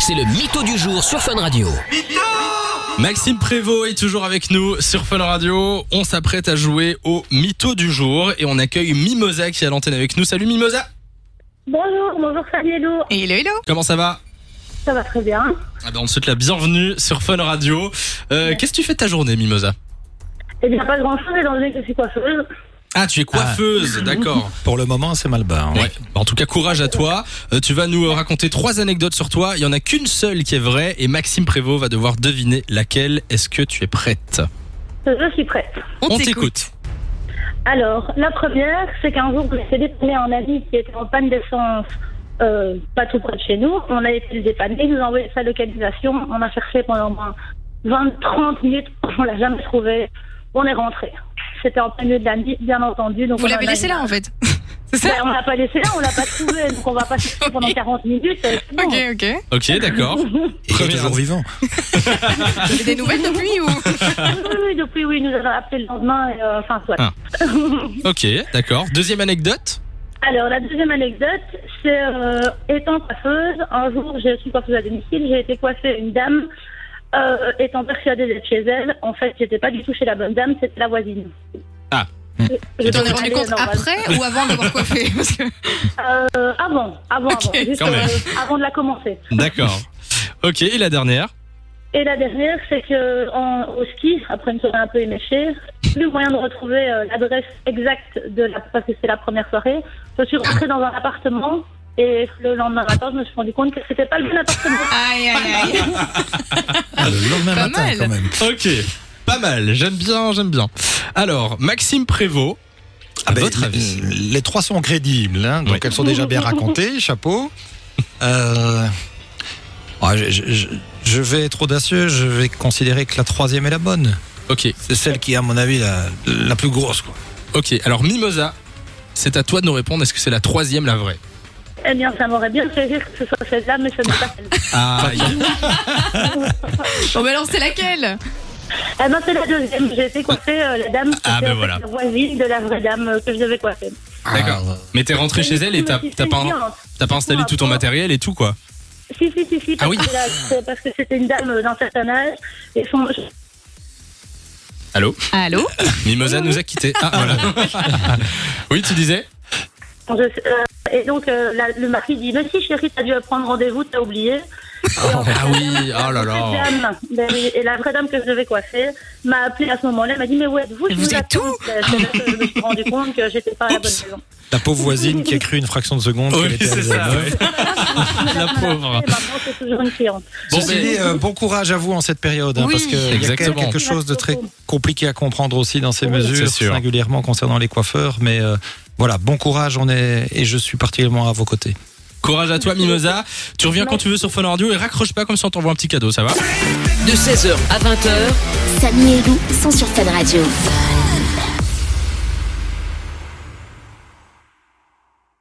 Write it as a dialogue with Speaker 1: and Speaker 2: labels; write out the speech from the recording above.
Speaker 1: c'est le mytho du jour sur Fun Radio.
Speaker 2: Maxime Prévost est toujours avec nous sur Fun Radio. On s'apprête à jouer au mytho du jour et on accueille Mimosa qui est à l'antenne avec nous. Salut Mimosa
Speaker 3: Bonjour, bonjour Fabiello.
Speaker 4: Hello, hello.
Speaker 2: Comment ça va
Speaker 3: Ça va très bien.
Speaker 2: ah ben, On te souhaite la bienvenue sur Fun Radio. Euh, Qu'est-ce que tu fais de ta journée Mimosa
Speaker 3: Eh bien, pas grand chose, étant donné que je suis coiffeuse.
Speaker 2: Ah tu es coiffeuse, d'accord.
Speaker 5: Pour le moment, c'est mal bas. hein.
Speaker 2: Ouais. En tout cas, courage à toi. Euh, tu vas nous raconter trois anecdotes sur toi. Il y en a qu'une seule qui est vraie et Maxime Prévost va devoir deviner laquelle. Est-ce que tu es prête
Speaker 3: Je suis prête.
Speaker 2: On t'écoute.
Speaker 3: Alors, la première, c'est qu'un jour, je me suis dépanner un ami qui était en panne d'essence, euh, pas tout près de chez nous. On a été le dépanner, il nous a envoyé sa localisation. On a cherché pendant au moins 20-30 minutes, on l'a jamais trouvé. On est rentré. C'était en plein milieu de la nuit, bien entendu. Donc
Speaker 4: Vous
Speaker 3: on
Speaker 4: l'avez
Speaker 3: en a-
Speaker 4: laissé là en fait. C'est
Speaker 3: Ben,
Speaker 4: ça
Speaker 3: On l'a pas laissé là, on l'a pas trouvé. Donc on va pas chercher pendant 40 minutes. euh, c'est bon.
Speaker 4: Ok, ok.
Speaker 2: Ok, d'accord.
Speaker 5: Et il est
Speaker 2: Première-
Speaker 5: toujours vivant.
Speaker 4: Vous avez des nouvelles depuis ou
Speaker 3: Oui, oui, depuis, oui, il nous a appelé le lendemain. et, euh, Enfin, soit.
Speaker 2: Ah. Ok, d'accord. Deuxième anecdote
Speaker 3: Alors, la deuxième anecdote, c'est euh, étant coiffeuse, un jour, je suis coiffeuse à domicile, j'ai été coiffée à une dame, euh, étant persuadée d'être chez elle. En fait, j'étais pas du tout chez la bonne dame, c'était la voisine.
Speaker 2: Ah.
Speaker 3: Je- je
Speaker 4: Tu t'en es
Speaker 3: devais
Speaker 4: rendu
Speaker 3: aller
Speaker 4: compte
Speaker 3: dans-
Speaker 4: après ou avant d'avoir coiffé Parce que
Speaker 3: euh, Avant, avant,
Speaker 4: Ok,
Speaker 3: avant, juste
Speaker 2: quand même.
Speaker 3: euh, avant de la commencer.
Speaker 2: D'accord. Ok, et la dernière
Speaker 3: Et la dernière, c'est que en, au ski, après une soirée un peu éméchée, plus moyen de retrouver euh, l'adresse exacte de la parce que c'est la première soirée. Je suis rentrée dans un appartement et le lendemain matin, je me suis rendu compte que c'était pas le bon appartement.
Speaker 4: aïe, aïe, aïe.
Speaker 5: Ah, le lendemain
Speaker 4: Pas
Speaker 5: matin,
Speaker 4: mal.
Speaker 5: quand même.
Speaker 2: Ok, pas mal, j'aime bien, j'aime bien. Alors, Maxime Prévost, à
Speaker 5: Ah ben,
Speaker 2: votre
Speaker 5: les-
Speaker 2: avis
Speaker 5: Les trois sont crédibles, hein, donc
Speaker 2: Oui.
Speaker 5: elles sont déjà bien racontées, chapeau. Euh, ah, je, je- je- je vais être audacieux, je vais considérer que la troisième est la bonne.
Speaker 2: Ok,
Speaker 5: C'est celle qui, est, à mon avis, la, la plus grosse. Quoi.
Speaker 2: ok, alors Mimosa, c'est à toi de nous répondre, est-ce que c'est la troisième la vraie
Speaker 3: Eh bien, ça m'aurait bien fait rire que ce soit celle-là, mais ce n'est pas celle-là.
Speaker 2: Ah,
Speaker 4: Bon, bah alors c'est laquelle
Speaker 3: Eh bien, c'est la deuxième. J'ai été coiffer euh, la dame qui
Speaker 2: Ah,
Speaker 3: était
Speaker 2: ben
Speaker 3: en fait
Speaker 2: voilà.
Speaker 3: la voisine de la vraie dame euh, que je devais coiffer.
Speaker 2: D'accord. mais t'es rentré chez elle et t'as t'as pas, t'as pas installé tout ton matériel et tout quoi
Speaker 3: Si, si, si, si,
Speaker 2: Ah
Speaker 3: parce,
Speaker 2: oui.
Speaker 3: que là, c'est- parce que c'était une dame euh, d'un certain âge. Et son,
Speaker 2: Allô
Speaker 4: Allô
Speaker 2: Mimosa nous a quittés. Ah, voilà. oui, tu disais
Speaker 3: Je- euh, et donc, euh, la- le mari dit Mais si, chérie, t'as dû prendre rendez-vous, t'as oublié.
Speaker 2: Ah oui, oh là
Speaker 3: La
Speaker 2: là.
Speaker 3: dame, ben oui, et la vraie dame que je devais coiffer m'a appelé à ce moment-là. Elle m'a dit Mais où êtes-vous Je
Speaker 4: Vous êtes
Speaker 3: attends. C'est là que Je me suis rendu compte que j'étais pas à la bonne
Speaker 4: Oups.
Speaker 3: maison.
Speaker 5: La pauvre voisine qui a cru une fraction de seconde
Speaker 2: Oui,
Speaker 5: qu'elle était
Speaker 2: c'est
Speaker 5: à
Speaker 2: ça.
Speaker 5: Alsace.
Speaker 2: ouais. La pauvre.
Speaker 3: Et maintenant, c'est toujours une cliente.
Speaker 2: Bon,
Speaker 5: Ceci
Speaker 2: ben,
Speaker 5: dit, euh, bon courage à vous en cette période, hein,
Speaker 4: Oui.
Speaker 5: parce qu'il y a quand même
Speaker 2: Exactement.
Speaker 5: quelque chose de très compliqué à comprendre aussi dans ces mesures,
Speaker 2: C'est sûr.
Speaker 5: singulièrement concernant les coiffeurs. Mais euh, voilà, bon courage, on est et je suis particulièrement à vos côtés.
Speaker 2: courage à toi Mimosa. Tu reviens quand tu veux sur Fun Radio et raccroche pas comme ça on t'envoie un petit cadeau, ça va
Speaker 1: De 16h à 20h,
Speaker 6: Samy et Lou sont sur Fan Radio.